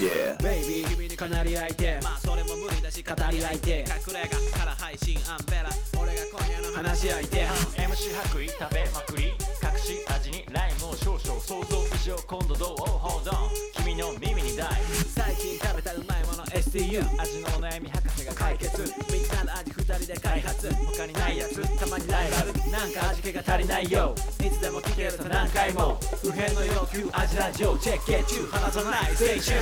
Yeah ベイビー君にかなり相手まあそれも無理だし語り合いて隠れ家から配信アンベラ俺が今夜の話し相手 MC 白衣食べまくり隠し味にライムを少々想像以上今度どう Hold on 君の耳に大最近食べたうまいもの STU 味のお悩み博士が解解決決みんなの味二人で開発他にないやつたまにライバルなんか味気が足りないよいつでも聞けると何回も不変の要求味ラジオチェックゲッチュー離さないステーション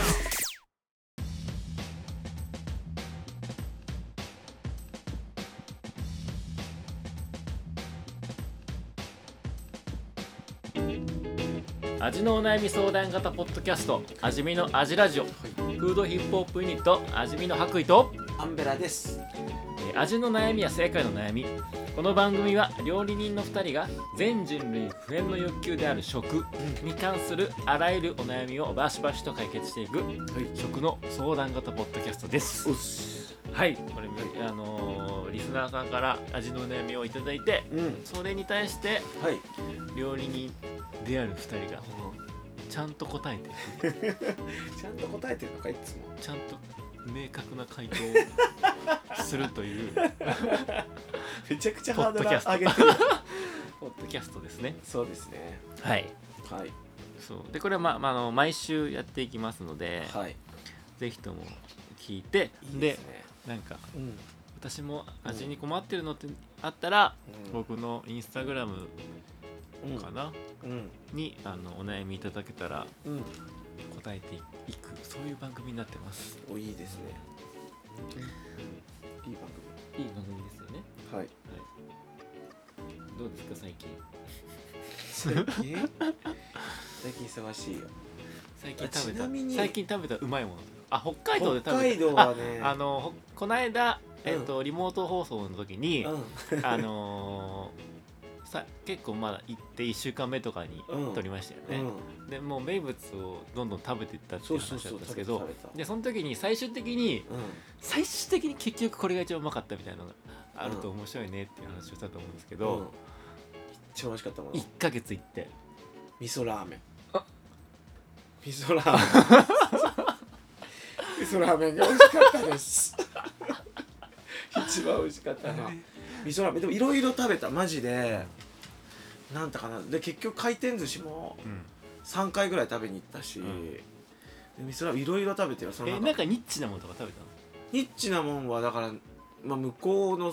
味のお悩み相談型ポッドキャスト味見の味ラジオ、フードヒップホップユニット味見の白衣とアンベラですえー味の悩みや世界の悩みこの番組は料理人の2人が全人類不変の欲求である食に関するあらゆるお悩みをバシバシと解決していく、食の相談型ポッドキャストですはいこれ、あのーリスナーさんから味のお悩みをいただいてうんそれに対してはい料理人である2人がちゃんと答えてちゃんと答えてるのかいつもちゃんと明確な回答を するというめちゃくちゃポハーッドドルキャスト上げてるポッドキャストですねそうですねはいはいそうでこれは、まあまあ、あの毎週やっていきますので、はいぜひとも聞いていいでですねなんかうん私も味に困ってるのってあったら、うん僕のインスタグラムうんかな、うんにあのお悩みいただけたらうん答えていくそういう番組になってますおいいですねいい番いい番組ですよね組はいどうですか最近最近最近忙しいよ最近食べあちなみにた最近食べたうまいものあ北海道で食べ北た海道はねああのほこの間、えっとリモート放送の時に、うあのーさ結構まだ行って1週間目とかにうん撮りましたよんうね、んでもう名物をどんどん食べていったってそいううそう話だそっうたんですけど食べた食べたでその時に最終的にうん最終的に結局これが一番うまかったみたいなのがあると面白いねっていう話をしたと思うんですけうんど、一番美味しかったもの一1ヶ月行って味噌ラーメンあ味噌ラ ーメン味噌ラーメンが美味しかったです一番美味しかったな味噌ラーメンでもいろいろ食べたマジでなんだかなで結局回転寿司もうん3回ぐらい食べに行ったし、んで味噌ラーメンいろいろ食べてよそのえ中なんかニッチなものとか食べたのニッチなもんはだから、まあ、向こうの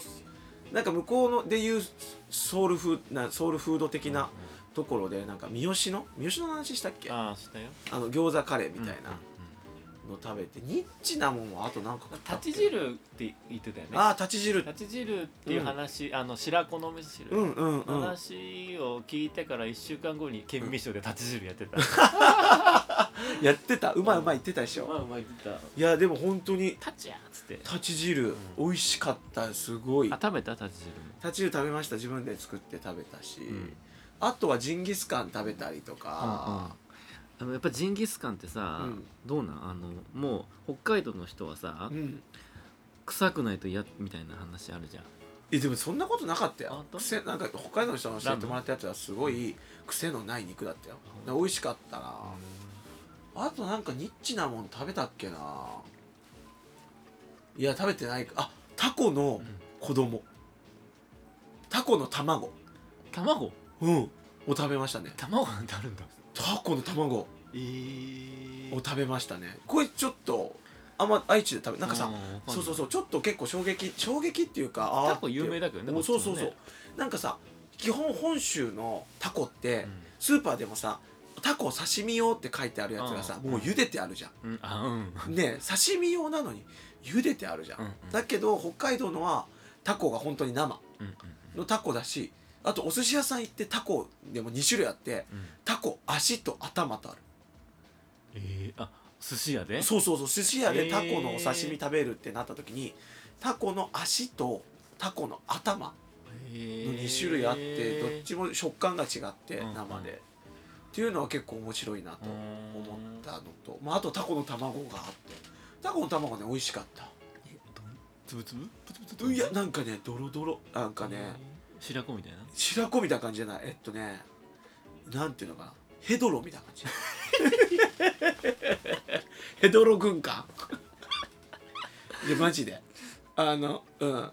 なんか向こうのでいうソウルフードなソウルフード的なところでなんか三好の三好の話したっけあああしたよの餃子カレーみたいうんなの食べて、ニッチなもんはあとなんか食った立ち汁って言ってたよねああ立ち汁立ち汁っていう話、あの白子のお味噌汁、うんうんうんあ話を聞いてから1週間後に県民賞で立ち汁やってた、やってたうまいうまい言ってたでしょ、まあうまいってたいやでも本当に「立ちや!」っつって立ち汁、うん美味しかったすごいあ食べた立ち汁も立ち汁食べました自分で作って食べたし、んあとはジンギスカン食べたりとか、あのやっぱジンギスカンってさ、うんどうなんあのもう北海道の人はさ、うん、臭くないと嫌みたいな話あるじゃんえでもそんなことなかったあよ本当癖なんか北海道の人に教えてもらったやつはすごい癖のない肉だったようんだから美味しかったな、あとなんかニッチなもん食べたっけないや食べてないかあタコの子供、タコの卵卵うんを食べましたね卵なんてあるんだタコの卵えを食べましたねこれちょっとあんま愛知で食べなんかさ、そうそううそうちょっと結構衝撃衝撃っていうかあータコ有名だけどねおそうそうこっそちもうねなんかさ基本本州のタコって、うんスーパーでもさタコ刺身用って書いてあるやつがさうんもう茹でてあるじゃうんあうんんねえ刺身用なのに茹でてあるじゃん、うんうんだけど北海道のはタコが本当に生うんうんのタコだしあとお寿司屋さん行ってタコでも2種類あってうんタコ足と頭とあるえー、あ寿司屋でそうそうそう寿司屋でタコのお刺へ身え食べるってなった時にタコの足とタコの頭の2 2種類あってどっちも食感が違ってうん生でっていうのは結構面白いなと思ったのとまああとタコの卵があってタコの卵ね美味しかったつぶつぶプツプツいやなんかねドロドロなんかね白子みたいな白子みたいな感じじゃないえっとねなんていうのかなヘドロみたいな感じ ヘドロ軍艦いやマジであのうん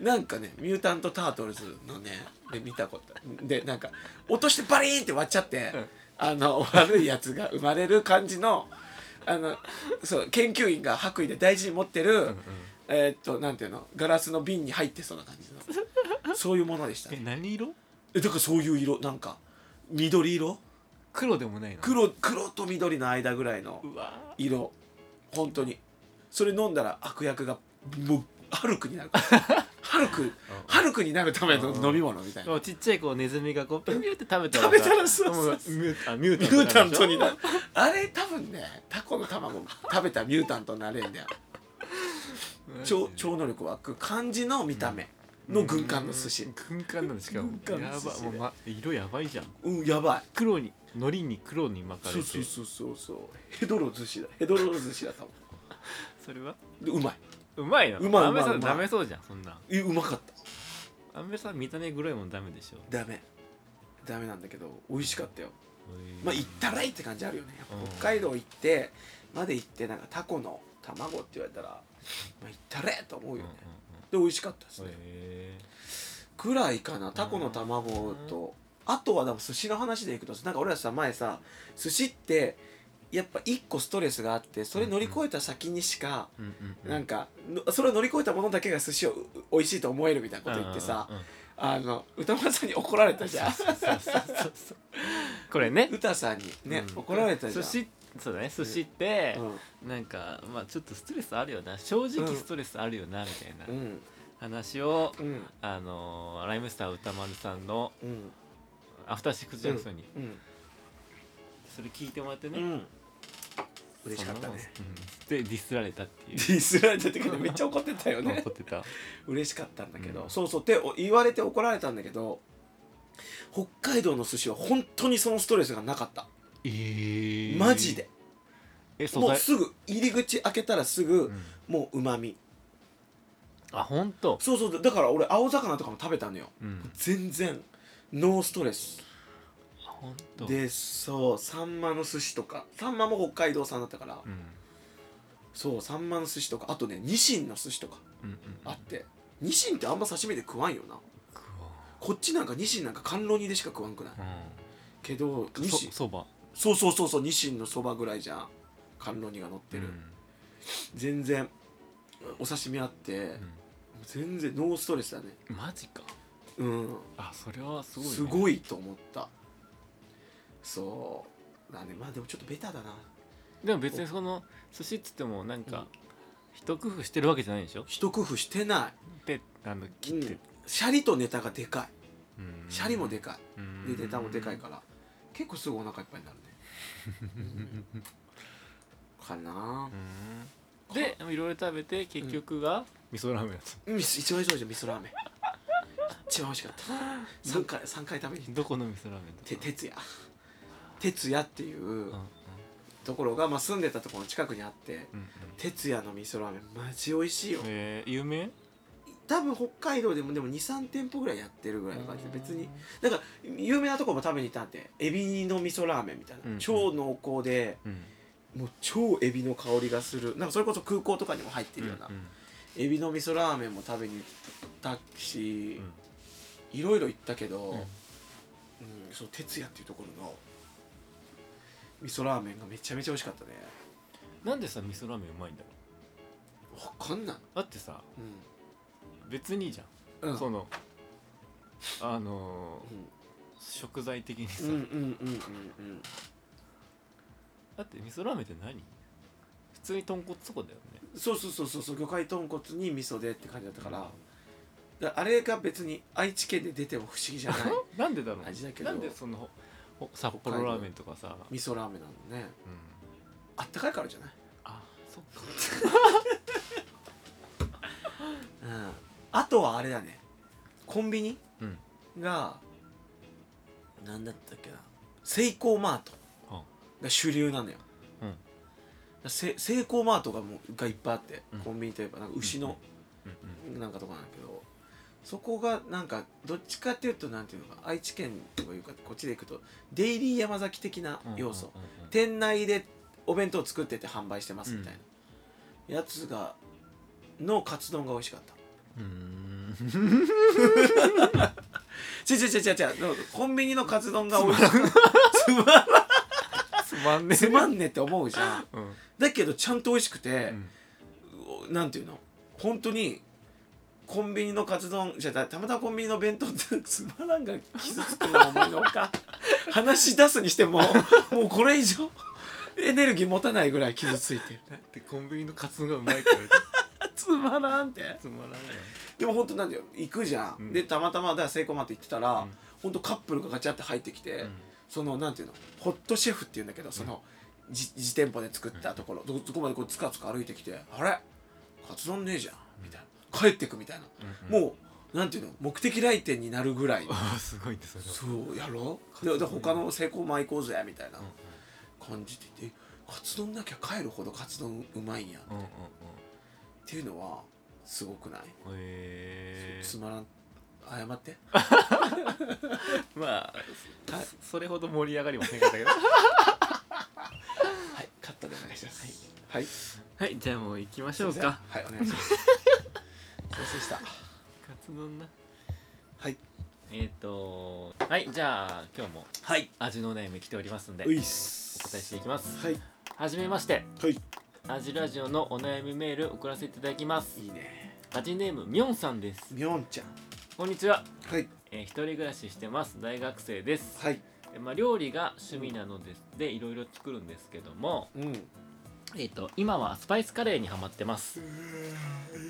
なんかねミュータント・タートルズのねで見たことでなんか落としてバリーンって割っちゃって、うんあの悪いやつが生まれる感じのあのそう研究員が白衣で大事に持ってる、えーっとなんていうのガラスの瓶に入ってそうな感じのそういうものでしたね何色えだからそういう色なんか緑色黒でもないの黒黒と緑の間ぐらいのうわ色本当にそれ飲んだら悪役がもうハルクにな るからハルクハルクになるための飲み物みたいなもうちっちゃいこうネズミがこうピュピュって食べたら食べたらそうもそううミュータンミュミューータタンントにななるあれ多分ねタコの卵食べたらミュータントになれんだよ超超能力湧く感じの見た目の軍艦の寿司軍艦なんでしかも軍艦の寿司でやばもう、ま、色やばいじゃんうんやばい黒に海苔に黒に巻かれそてうそうそうそうそうヘドロ寿司だヘドロ寿司だ多分それはでうまうまいのうまい安倍さうんまいダメそうじゃんそんなんいううまかった安倍さん見た目グロいもんダメでしょダメダメなんだけど美味しかったようんまあ行ったらいいって感じあるよねやっぱうん北海道行ってまで行ってなんかタコの卵って言われたら、まあ、行ったれと思ううんようねんうんで美味しかったですねへくらいかなタコの卵とあとはでも寿司の話でいくとなんか俺らさ前さ寿司ってやっぱ一個ストレスがあってそれ乗り越えた先にしかーうんうんうんなんかのそれを乗り越えたものだけが寿司をう美味しいと思えるみたいなこと言ってさうんうんうんあの歌丸さんに怒られたじゃんそうそうそうそうこれね歌さんにね、うん怒られたじゃん寿司そうだね寿司ってうんなんかまあちょっとストレスあるよな正直ストレスあるよなみたいなうん話をうんあのーライムスター歌丸さんのうんアフターシックスジャンクソンにうんそれ聞いてもらってうねん嬉しかったねそんなもんうんでディスられたってデいうィスられた時にめっちゃ怒ってたよ ね怒っ てた嬉しかったんだけど、うんそうそうってお言われて怒られたんだけど北海道の寿司は本当にそのストレスがなかったえーマジで、え素もう材すぐ入り口開けたらすぐ、んもううまみあ本当そうそうだから俺青魚とかも食べたのようん全然ノーストレス本当でそうサンマの寿司とかサンマも北海道産だったから、うんそうサンマの寿司とかあとねニシンの寿司とかうんうんあってニシンってあんま刺身で食わんよなくこっちなんかニシンなんか甘露煮でしか食わんくないわけどうんニシンそそばそうそうそうそうニシンのそばぐらいじゃん甘露煮が乗ってる、うん全然お刺身あって、全然ノーストレスだねマジかうんあそれはすごいねすごいと思ったそうだねまあでもちょっとベタだなでも別にその寿司っつってもなんか一工夫してるわけじゃないでしょ一工夫してなであのい、切うっんてシャリとネタがでかいうんシャリもでかういんでネタもでかいから結構すぐお腹いっぱいになるね うんかなうんでいろいろ食べて結局が味噌ラーメンだっうん一番美味しい味噌ラーメン一番美味しかった3回三回食べに行ったどこの味噌ラーメンだったて哲也哲也っていううんうんところが、まあ、住んでたところの近くにあってうんうん哲也の味噌ラーメンマジ美味しいよえー有名多分北海道でもでも23店舗ぐらいやってるぐらいの感じで別になんか有名なとこも食べに行ったんでエビの味噌ラーメンみたいな、うんうん超濃厚でうんもう超エビの香りがするなんかそれこそ空港とかにも入ってるような、うんうんエビの味噌ラーメンも食べに行ったし、いろいろ行ったけど、うんその哲也っていうところの味噌ラーメンがめちゃめちゃ美味しかったねなんでさ味噌ラーメンうまいんだろわかんないうだってさ別にいいじゃうんうんんそのあのーうん食材的にさうんうんうんうんうんだって味噌ラーメンって何普通に豚骨そこだよねそうそうそうそうそう魚介豚骨に味噌でって感じだったから,、だあれが別に愛知県で出ても不思議じゃ ないなんでだろう味だけどなんでそのほ札幌ラーメンとかさ、うん、味噌ラーメンなのねあったかいからじゃない、あそっかうん、あとはあれだねコンビニうんが何だったっけなセイコーマートあが主流なのよ、うんせセイコーマートがもうがいっぱいあって、うんコンビニといえばなんか牛のうんなんかとかなんだけど、そこがなんかどっちかっていうとなんていうのか愛知県とかいうかこっちで行くとデイリー山崎的な要素、うんうんうんうん店内でお弁当作ってて販売してますみたいな、やつがのカツ丼が美味しかったうーん違う違う違う違うコンビニのカツ丼が美味しかったつまつまんねえつまんねって思うじゃんうんだけどちゃんと美味しくてう、んなんていうの本当にコンビニのカツ丼じゃあたまたまコンビニの弁当ってつまらんが傷つくのも思いのほか話し出すにしてももうこれ以上エネルギー持たないぐらい傷ついてるだってコンビニのカツ丼がうまいから つまらんってつまらないでも本当なんだよ行くじゃん、うんでたまたまだからセイコーマート行ってたら、ん本当カップルがガチャって入ってきて、んそのなんていうのホットシェフっていうんだけどその、じ自店舗で作ったところ、どどこまでこうつかつか歩いてきて「あれカツ丼ねえじゃん」みたいな帰ってくみたいな、もうなんていうの目的来店になるぐらいああすごいってそれはそうやろでで他のセイコーマー行こうぜみたいな感じで言ってえカツ丼なきゃ帰るほどカツ丼うまいんや、うんうんうんっていうのはすごくないへえつまらん謝ってまあはいそ それほど盛り上がりもせんかったけどはい、カットでお願いします。はい。はいじゃあもう行きましょどうかはい、お願いします。失礼した。カツ丼なはい。えっ、とはいじゃあ今日もはい。味のお悩み来ておりますんでうおいっす。答えしていきますはい。はじめましてはい。味ラジオのお悩みメール送らせていただきますいいね。味ネームみょんさんですみょんちゃん。こんにちは、はい。えー、一人暮らししてます大学生です、はい。えーまあ、料理が趣味なのですでいろいろ作るんですけども、うん。えー、と今はスパイスカレーにハマってます、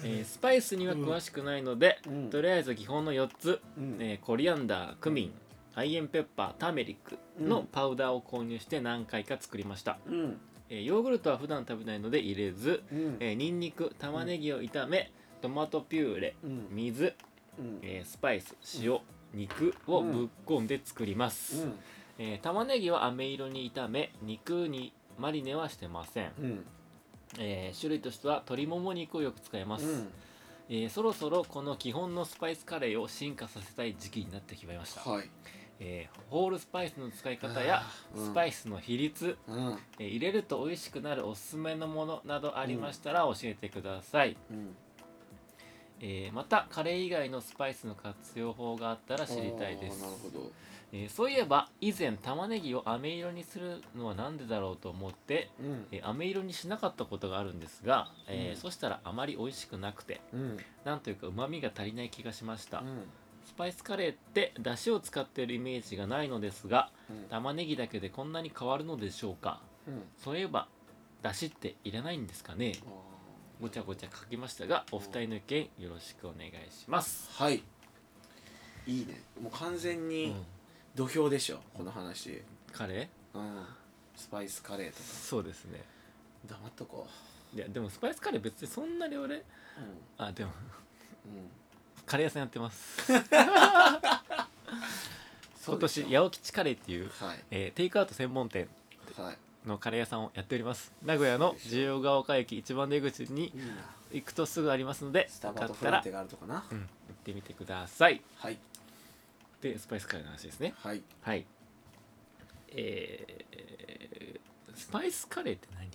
えースパイスには詳しくないので、うんとりあえず基本の4つ、うんえーコリアンダークミンハイエンペッパーターメリックうのんパウダーを購入して何回か作りました、うん。えーヨーグルトは普段食べないので入れず、うん。えー、ニンニク玉ねぎを炒めトマトピューレうん。水、うん。えースパイス塩肉をぶっ込んで作ります、うん。えー玉ねぎは飴色に炒め肉にマリネはしてません、うん。えー種類としては鶏もも肉をよく使います、うん。えーそろそろこの基本のスパイスカレーを進化させたい時期になってきまいました、はい。えーホールスパイスの使い方やうんスパイスの比率、うん。えー入れると美味しくなるおすすめのものなどありましたら教えてください、うん。えーまたカレー以外のスパイスの活用法があったら知りたいですあーなるほど。えーそういえば以前玉ねぎを飴色にするのは何でだろうと思って、うん。えー飴色にしなかったことがあるんですが、えーうんそしたらあまり美味しくなくてうん。なんというかうまみが足りない気がしました、うん。スパイスカレーって出汁を使っているイメージがないのですがうん玉ねぎだけでこんなに変わるのでしょうかうん。そういえば出汁っていらないんですかねあごちゃごちゃ書きましたがお二人の意見よろしくお願いします、ーはい。いいね。もう完全うにん土俵でしょ、この話。カレうん。スパイスカレーとーか。そうですね黙っとこいやでもスパイスカレー別にそんなに俺う。あでもうん。うん。 カレー屋さんやってますそう今でし年ょ八百吉カレーっていう、はい。えーテイクアウト専門店はい。のカレー屋さんをやっております名古屋の自由が丘駅一番出口にいいな。行くとすぐありますのでスよタかバっとフたラらン、テがあるとかな。うん、行ってみてくださいはい。でスパイスカレーの話ですねはい。はいえー、スパイスカレーって何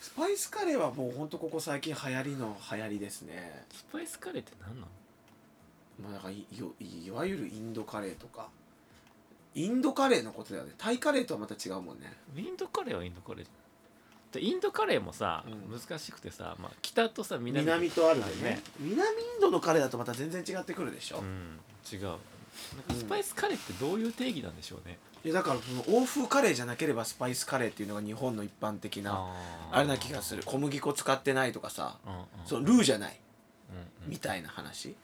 スパイスカレーはもうほんとここ最近流行りの流行りですね。スパイスカレーって何なのまあなんかいよいいわゆるインドカレーとか。インドカレーのことだよね。タイカレーとはまた違うもんね。インドカレーはインドカレーじゃんでインドカレーもさ、うん難しくてさ、まあ、北とさ南南ととあるでねね。南インドのカレーだとまた全然違ってくるでしょ。うん違うなんかスパイスカレーってどういう定義なんでしょうね、いやだからその欧風カレーじゃなければスパイスカレーっていうのが日本の一般的なあーあれな気がする。小麦粉使ってないとかさ、うんうんそのルーじゃないうんうんみたいな話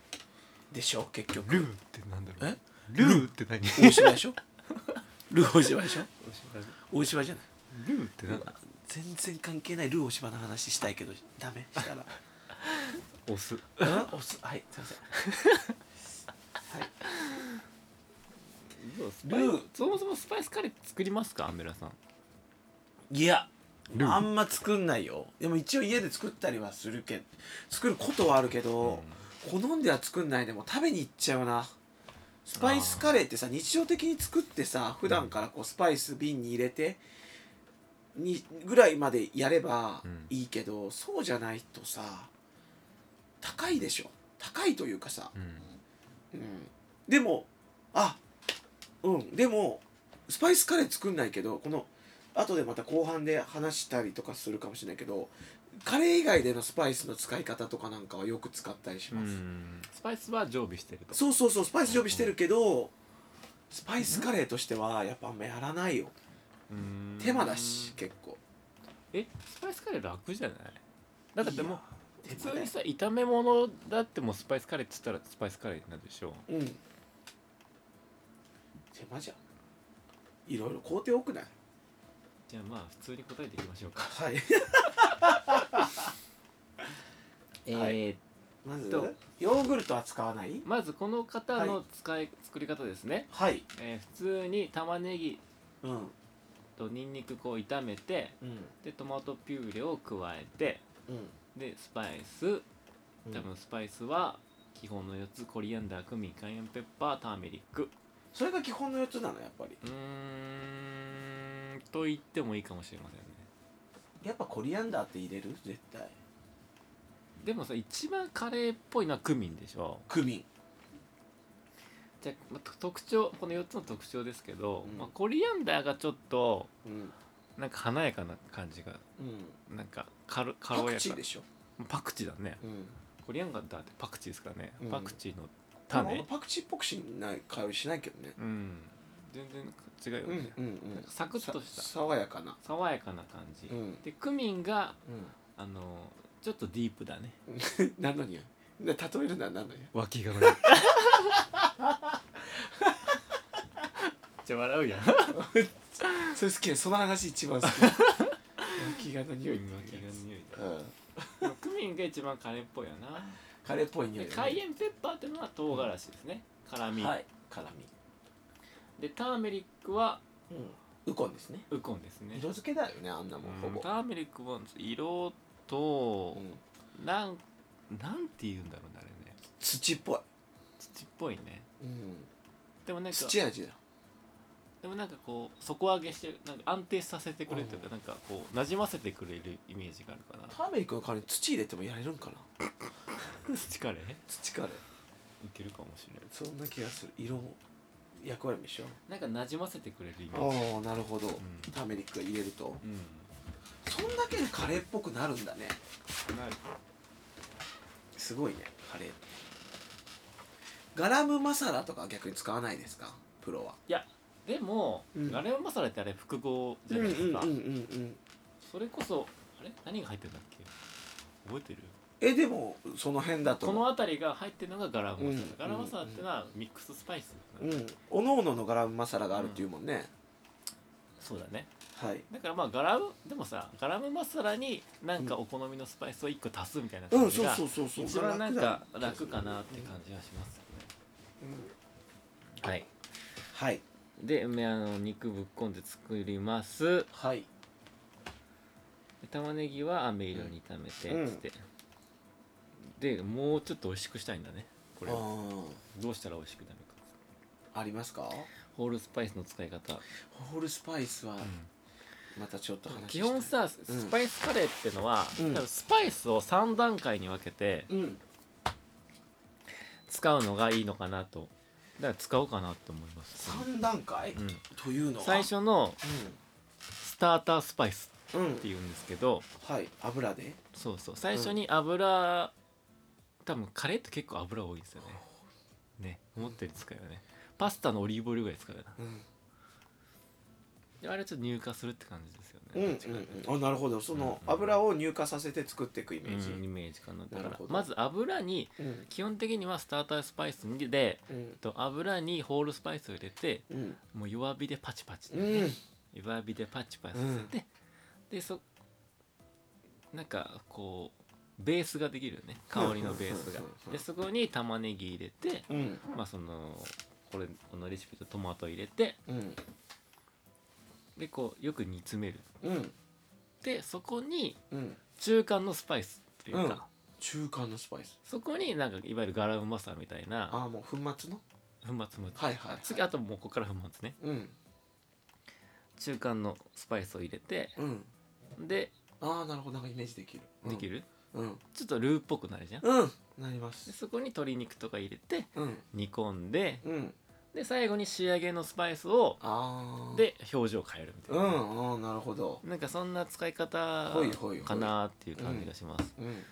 でしょ結局。ルーってなんだろうえルーって何大芝でしょルー大芝でしょ大芝じゃないルーってなん全然関係ないルー大芝の話したいけどダメした らお酢うんおすはいすいませんスパイルーそもそもスパイスカレー作りますかアンベラさんいやルーあんま作んないよでも一応家で作ったりはするけ作ることはあるけど、好んでは作んないでも食べに行っちゃうなスパイスカレーってさ日常的に作ってさ普段からこうスパイス瓶に入れてにぐらいまでやればうんいいけど、そうじゃないとさ高いでしょ高いというかさ、うんうん、でもあうんでもスパイスカレー作んないけどこの後でまた後半で話したりとかするかもしれないけどカレー以外でのスパイスの使い方とかなんかはよく使ったりしうます、んスパイスは常備してるとそうそうそうスパイス常備してるけどスパイスカレーとしてはやっぱあんまやらないようん手間だし結構えスパイスカレー楽じゃないだってもういや手普間通だよにさ炒め物だってもうスパイスカレーっつったらスパイスカレーになるでしょうん手間じゃんいろいろ工程多くないじゃあまあ普通に答えていきましょうかはいえ まずとヨーグルトは使わないー、まずこの方の使い、作り方ですね、はいえー普通に玉ねぎうんうんとニンニクこう炒めてでトマトピューレを加えてうんでスパイスうん多分スパイスは基本の4つコリアンダークミンカイエンペッパーターメリックそれが基本の4つなのやっぱりうーんと言ってもいいかもしれませんねやっぱコリアンダーって入れる絶対でもさ一番カレーっぽいのはクミンでしょクミンじゃあ、まあと特徴この4つの特徴ですけど、うんまあ、コリアンダーがちょっとうんなんか華やかな感じがうんなんか軽軽パやかクチーでしょパクチーだねうんコリアンダーってパクチーですからね、うんパクチーのでもあん種まパクチーっぽくしない香りしないけどねうん全然違うようんね、うんなんかサクうんッとしさた爽やかな爽やかな感じ、うんでクミンがうあのちょっとディープだねん何の匂い例えるなら何 の匂い脇がめっちゃ笑うやん脇それ好きねその話一 番好き脇がの匂いがっていうやつ匂いうんだクミンが一番カレーっぽいよなカレーっぽい匂でいだねカイエンペッパーってのは唐辛子ですね辛み、はい辛みでターメリックはうんウコンですねウコンですね色付けだよねあんなもんほうんぼターメリックは色と、うんなんなんて言うんだろうねあれね土っぽい土っぽいねうんでもなんか土味だでもなんかこう底上げしてなんか安定させてくれるというか、なんかこう馴染ませてくれるイメージがあるかターメリックの代わりに土入れてもやれるんかなな土カレーい土カレーけるかもしれないそんな気がする色も役割も一緒なんか馴染ませてくれるイメージああなるほどんターメリック入れるとうんそんだけでカレーっぽくなるんだねなるすごいねカレーってガラムマサラとかは逆に使わないですかプロはでも、うんガレオマサラってあれ複合うじんゃうんなういんですか、うんうんそれこそあれ何が入ってるんだっけ覚えてるえでもその辺だとこの辺りが入ってるのがガラムマサラ、うんガラムマサラってのはミックススパイス、うんおのおののガラムマサラがあるっていうもんね、そうだねはいだからまあガラムでもさガラムマサラになんかお好みのスパイスを1個足すみたいなう感んじそうがそうそうそう一番なんか楽かなって感じはしますよね、はいはいで梅あの肉ぶっこんで作りますはいで玉ねぎは飴色に炒めて、うんつってでもうちょっと美味しくしたいんだねこれあをどうしたら美味しくなるかーありますかホールスパイスの使い方、ホールスパイスはまたちょっと話したい基本さスうんパイスカレーってのは、うん多分スパイスを3段階に分けてうん使うのがいいのかなとだから使おうかなって思います、三段階、うん、というのは最初のスタータースパイスうん、うんっていうんですけどはい油でそうそう最初に油、多分カレーって結構油多いんですよねね思ったより使うよねパスタのオリーブオイルぐらい使うよなうんであれはちょっと乳化するって感じですようんうねんうんあなるほどその油を乳化させて作っていくイメージうんイメージかなだかなるらほどまず油にうん基本的にはスタータースパイスにでうんと油にホールスパイスを入れてうんもう弱火でパチパチ、うん弱火でパチパチさせて、でそなんかこうベースができるよね香りのベースがうんうんうんうんでそこに玉ねぎ入れてうんまあそのこれこのレシピとトマト入れてうんでこうよく煮詰めるうんでそこにうん中間のスパイスというか、うん中間のスパイスそこになんかいわゆるガラムマサラみたいなああもう粉末の粉末も、はいはいはい次あともうここから粉末ねうん中間のスパイスを入れてうんでああなるほどなんかイメージできる、うんできる、うんちょっとルーっぽくなるじゃんうんなりまですそこに鶏肉とか入れてうん煮込んでうんで最後に仕上げのスパイスをああで表情変えるみたいうな、んうんなるほどなんかそんな使い方ほいほいほいかなっていう感じがします、うん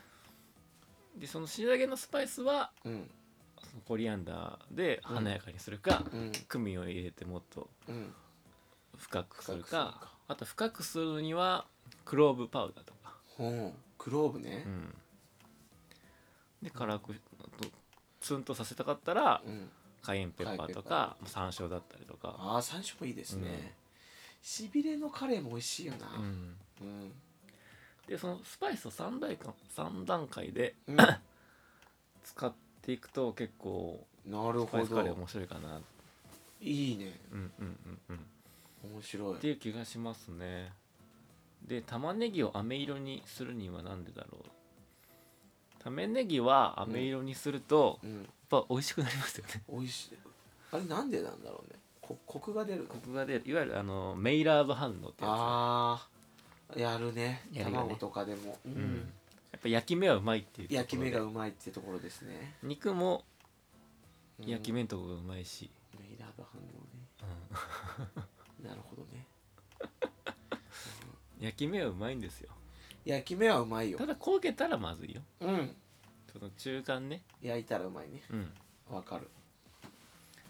でその仕上げのスパイスはうんそのコリアンダーで華やかにするか、うんクミンを入れてもっとうん深くするか深くするかあと深くするにはクローブパウダーとか、ほんクローブねうん、で辛くあとツンとさせたかったらうんカイエンペッパーとか山椒だったりとか、ああ山椒もいいですねしびれのカレーも美味しいよなうん、うんでそのスパイスを3段階三段階で うん使っていくと結構なるスパほイスカレーど面白いかないいねうんうんうんうん面白いっていう気がしますねで玉ねぎを飴色にするにはなんでだろう玉ねぎは飴色にするとうんやっぱ美味しくなりますよね美味しいあれなんでなんだろうねこコクが出るのコクが出るいわゆるあのメイラード反応ってやつ、ああやるねやるよね卵とかでもううんんやっぱ焼き目はうまいっていうところ焼き目でがうまいってところですね肉もうん焼き目のとこがうまいし、メイラード反応ね うんなるほどね焼き目はうまいんですよ焼き目はうまいよただ焦げたらまずいようんその中間ね焼いたらうまいねうんっわかる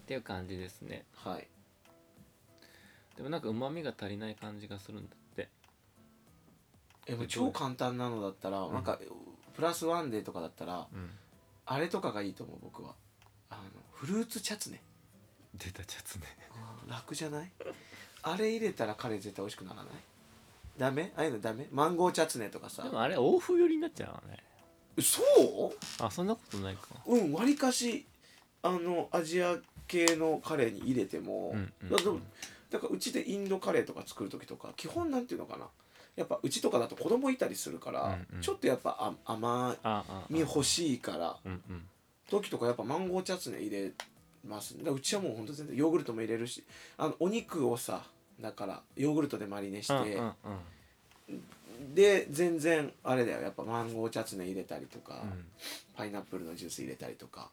ていう感じですねはいでもなんかうまみが足りない感じがするんだってえもう超簡単なのだったら、なんかプラスワンデーとかだったらうんあれとかがいいと思う僕はあのフルーツチャツネ出たチャツね楽じゃないあれ入れたらカレー絶対美味しくならないダメああいうのダメマンゴーチャツネとかさでもあれ欧風寄りになっちゃうのねそうあそんなことないかうんわりかしあのアジア系のカレーに入れても、うんうんだからだからうちでインドカレーとか作る時とか基本なんていうのかなやっぱうちとかだと子供いたりするから、うんうんちょっとやっぱあ甘あああみ欲しいからうんうん時とかやっぱマンゴーチャツネ入れますねだからうちはもうほんと全然ヨーグルトも入れるしあのお肉をさだからヨーグルトでマリネして、うんうんうんで全然あれだよやっぱマンゴーチャツネ入れたりとか、うんパイナップルのジュース入れたりとか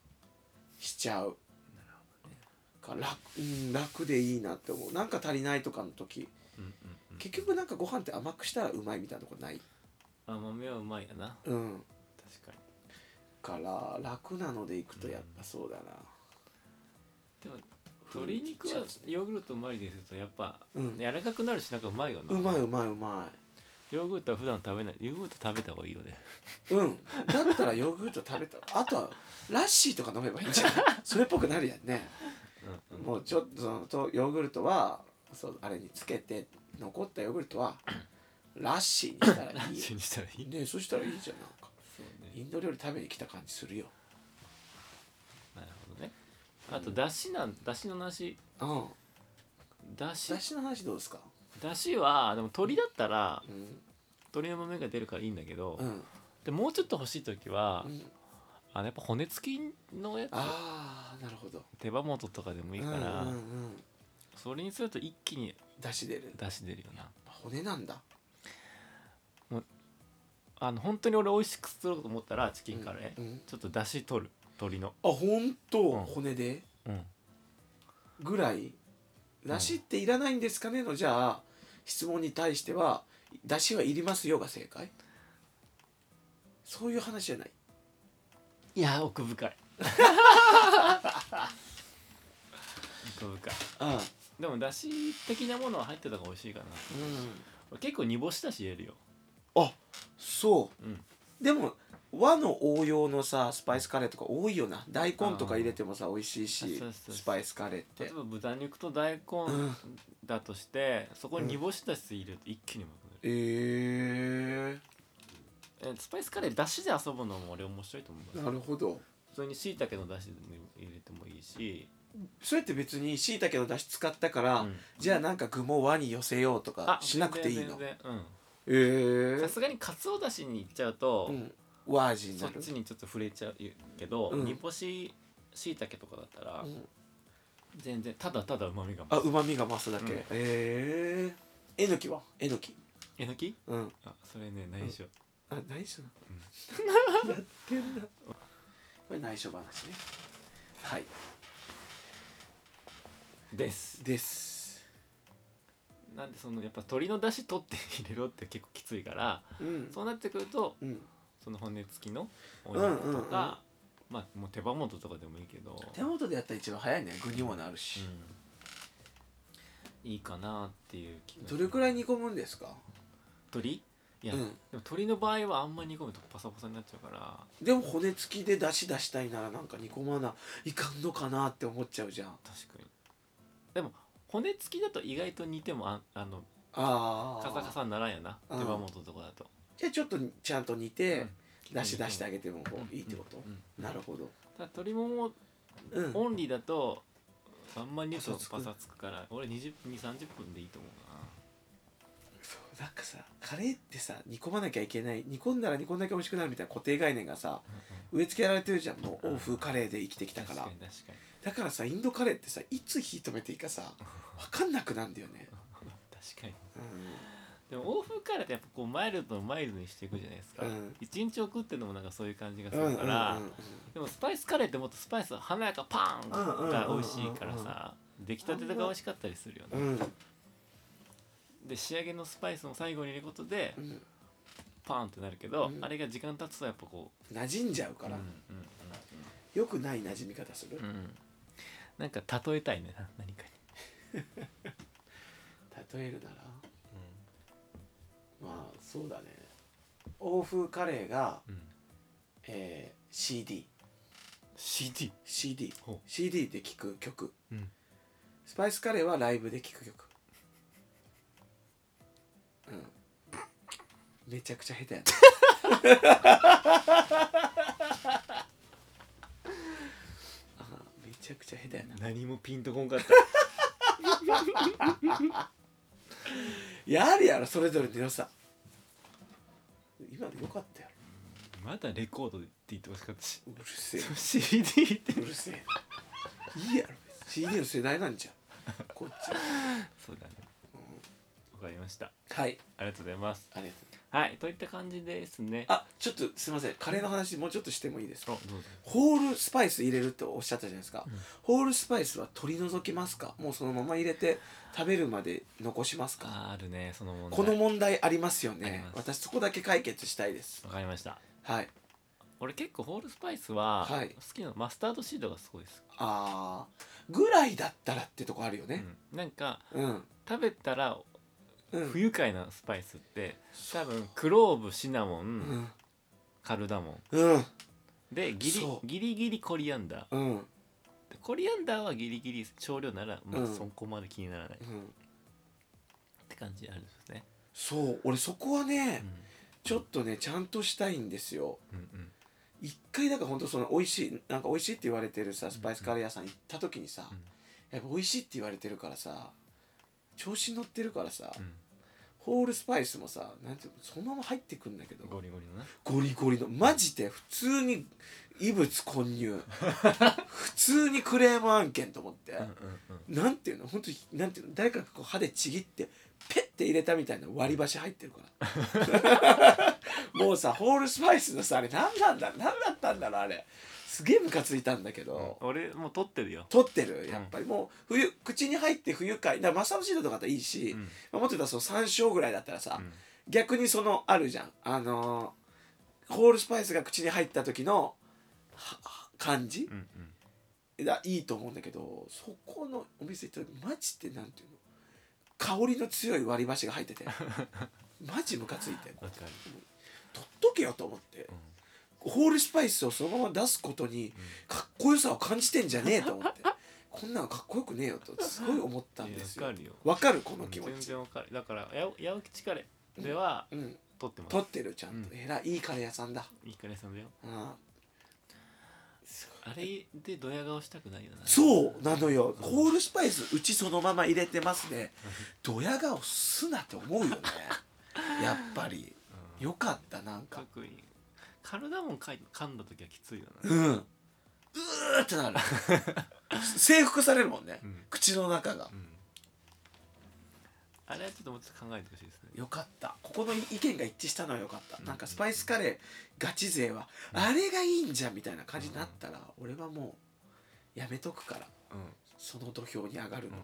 しちゃうから楽,、うん、楽でいいなって思うなんか足りないとかの時うんうん結局なんかご飯って甘くしたらうまいみたいなとこないうん甘めはうまいやなうん確かかにら楽なのでいくとやっぱそうだなでも鶏肉はヨーグルトマリネするとやっぱ、うん柔らかくなるしなんかうまいよなうまいうまいうまヨーグルトは普段食べないヨーグルト食べた方がいいよねいうんだったらヨーグルト食べたあとはラッシーとか飲めばいいんじ ゃないそれっぽくなるやんねうんうんもうちょっとそのとヨーグルトはそうあれにつけて残ったヨーグルトはラッシーにしたらいいよ一緒にしたらいいねそしたらいいじゃんなんかそうインド料理食べに来た感じするよなるほどねあとだしなんだしのなしうんだしだしの話どうですかだしはでも鶏だったらうん鶏の豆が出るからいいんだけど、うんでもうちょっと欲しい時は、うんあのやっぱ骨付きのやつああなるほど手羽元とかでもいいから、うんうんうんそれにすると一気にだし出る出汁出るよな骨なんだあの本当に俺美味しくすると思ったらチキンカレー、うんうんちょっと出汁取る鶏のあ本当ん骨でうんぐらいだしっていらないんですかねのじゃあ質問に対してはだしはいりますよが正解そういう話じゃないいやー奥深い奥深いあでもだし的なものは入ってた方が美味しいかなうん俺結構煮干しだし入れるよあそううんでも和の応用のさスパイスカレーとか多いよな大根とか入れてもさ美味しいあそうしそうそうスパイスカレーっ例えてば豚肉と大根んだとして、そこに煮干しだし入れると一気にうまくなるえー、えスパイスカレーだしで遊ぶのも俺面白いと思うなるほど普通にしいたけのだしで入れてもいいしそれって別にしいたけのだし使ったから、うんじゃあなんか具も和に寄せようとかしなくていい全の然全然うんえーさ、すがにかつおだしに行っちゃうと、うん和味にそなっるちにちょっと触れちゃうけど、うん煮干ししいたけとかだったら、ん全然ただただうまみがあうまみが増すだけ、うんえええのきはえのきえのきうんあそれね内緒、あ内緒な、やってんだこれ内緒話ねはいですですなんでそのやっぱ鶏の出汁取って入れろって結構きついからうんそうなってくるとうんその骨付きのおうんうんうん肉とか、まあもう手羽元とかでもいいけど手元でやったら一番早いね具にもなるし、うん、いいかなっていう気がどれくらい煮込むんですか鳥いや、うんでも鳥の場合はあんま煮込むとパサパサになっちゃうからでも骨付きで出汁出したいならなんか煮込まないかんのかなって思っちゃうじゃん確かにでも骨付きだと意外と煮てもああのあカあサカサにならんやなうん手羽元とかだとじゃあちょっとちゃんと煮て、うん出汁出してあげてもこういいってこと、うんなるほどただ鶏ももうんオンリーだとあんまり煮るとパサつくパサつくから俺20分30分でいいと 思うなそうなんかさカレーってさ煮込まなきゃいけない煮込んだら煮込んだけ美味しくなるみたいな固定概念がさ植え付けられてるじゃんもう欧風カレーで生きてきたか確らかに確かにだからさインドカレーってさいつ火止めていいかさ分かんなくなるんだよね、確かに うでも欧風カレーってやっぱこうマイルドをマイルドにしていくじゃないですか、うん一日置くってのもなんかそういう感じがすん、うんうんるうんから、でもスパイスカレーってもっとスパイス華やかパーンが美味しいからさ出来たてが美味しかったりするようね、んで仕上げのスパイスも最後に入れることでうんパーンってなるけど、うんあれが時間経つとやっぱこう馴染んじゃうから、うんよくない馴染み方する、うんうんうんなんか例えたいねな何かに、例えるならまあそうだね欧風カレーが、うんえー CD CD CD ほ CD で聴く曲う、うん、スパイスカレーはライブで聴く曲うんめちゃくちゃ下手やなあーめちゃくちゃ下手やな何もピンとこんかったやはりやろそれぞれの良さ今の良かったやろ まだレコードでって言ってほしかった しうるせえ CD ってうるせえいいやろ CD の世代なんじゃんこっちはそうだねわかりましたはいありがとうございますありがとうございますはいといった感じですねあちょっとすみませんカレーの話もうちょっとしてもいいですあかどうぞホールスパイス入れるとおっしゃったじゃないですか、ホールスパイスは取り除きますかもうそのまま入れて食べるまで残しますかあーあるねその問題この問題ありますよありねます私そこだけ解決したいですわかりましたはい俺結構ホールスパイスは好はいきなのマスタードシードがすごい好き、あーぐらいだったらってとこあるよねうんなんかうん食べたらうん不愉快なスパイスって多分クローブシナモン、うんカルダモンうんでギリそうギリギリコリアンダーうんうんでコリアンダーはギリギリ少量ならまあうんそこまで気にならないって感じあるんですね、そう俺そこはうねん、ちょっとねちゃんとしたいんですようんうん一回だから本当その美味しいなんか美味しいって言われてるさスパイスカレー屋さん行った時にさ、やっぱ美味しいって言われてるからさ調子に乗ってるからさ、んホールスパイスもさなんていうのそのまま入ってくんだけどゴリゴリのなゴリゴリのマジで普通に異物混入普通にクレーム案件と思って、なんていうの本当になんていうの誰かがこう歯でちぎってペッて入れたみたいな割り箸入ってるから もうさホールスパイスのさあれ何なんだ何だったんだろうあれすげえムカついたんだけど、俺もう取ってるよ取ってるやっぱりもう冬口に入って不愉快だからマサオシードとかだったらいいし、うんまあもっと言ったらその山椒ぐらいだったらさ、うん逆にそのあるじゃんあのーホールスパイスが口に入った時のはは感じうんがいいと思うんだけどそこのお店行った時マジでなんていうの香りの強い割り箸が入って てマジムカついてうんわかる取っとけよと思って、ホールスパイスをそのまま出すことにかっこよさを感じてんじゃねえと思ってこんなのかっこよくねえよとすごい思ったんですよいやわかるわかるよこの気持全ち然わかるだからやお八百吉カレーではうん取ってます取ってるちゃんと、うえらいいいカレー屋さんだいいカレーさんだようんあれでドヤ顔したくないよなそうなのよホールスパイスうちそのまま入れてますねドヤ顔すなって思うよ ねやっぱりよかったなんか特にカルダモンかい噛んだ時はきついよなうんうーってなる征服されるもんね、うん口の中があれはちょっともうちょっと考えてほしいですねよかったここの意見が一致したのはよかった、なんかスパイスカレーガチ勢は、あれがいいんじゃんみたいな感じになったら、俺はもうやめとくからうんうんその土俵に上がるの、う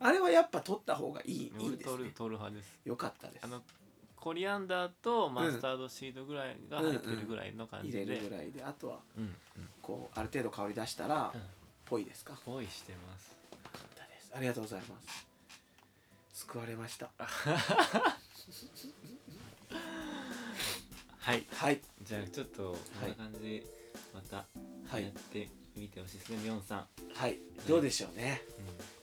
あれはやっぱ取った方がいい、んうんいい俺です取るね取る派ですよかったですあのコリアンダーとマスタードシードぐらいが入ってるぐらいの感じ入で、れうんるぐらいであとはうんこうある程度香り出したら、うんぽいですかぽいしてますありがとうございます救われましたはいはいじゃあちょっとこんな感じでまたはやっいてみてほしいですね、ミョンさん、はいどうでしょうね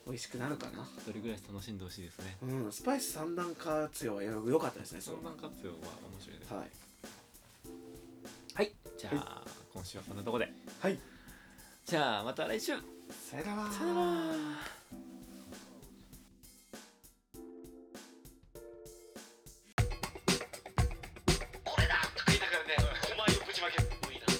う、美味しくなるかなん一人暮らし楽しんでほしいですねうんスパイス三段活用はよ良かったですねそそのんな活用は面白いですはいはいじゃあ今週はこんなとこではいじゃあまた来週さよならさよなら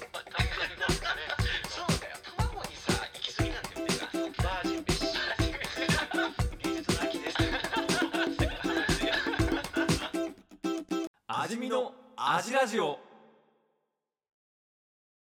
味見の味ラジオ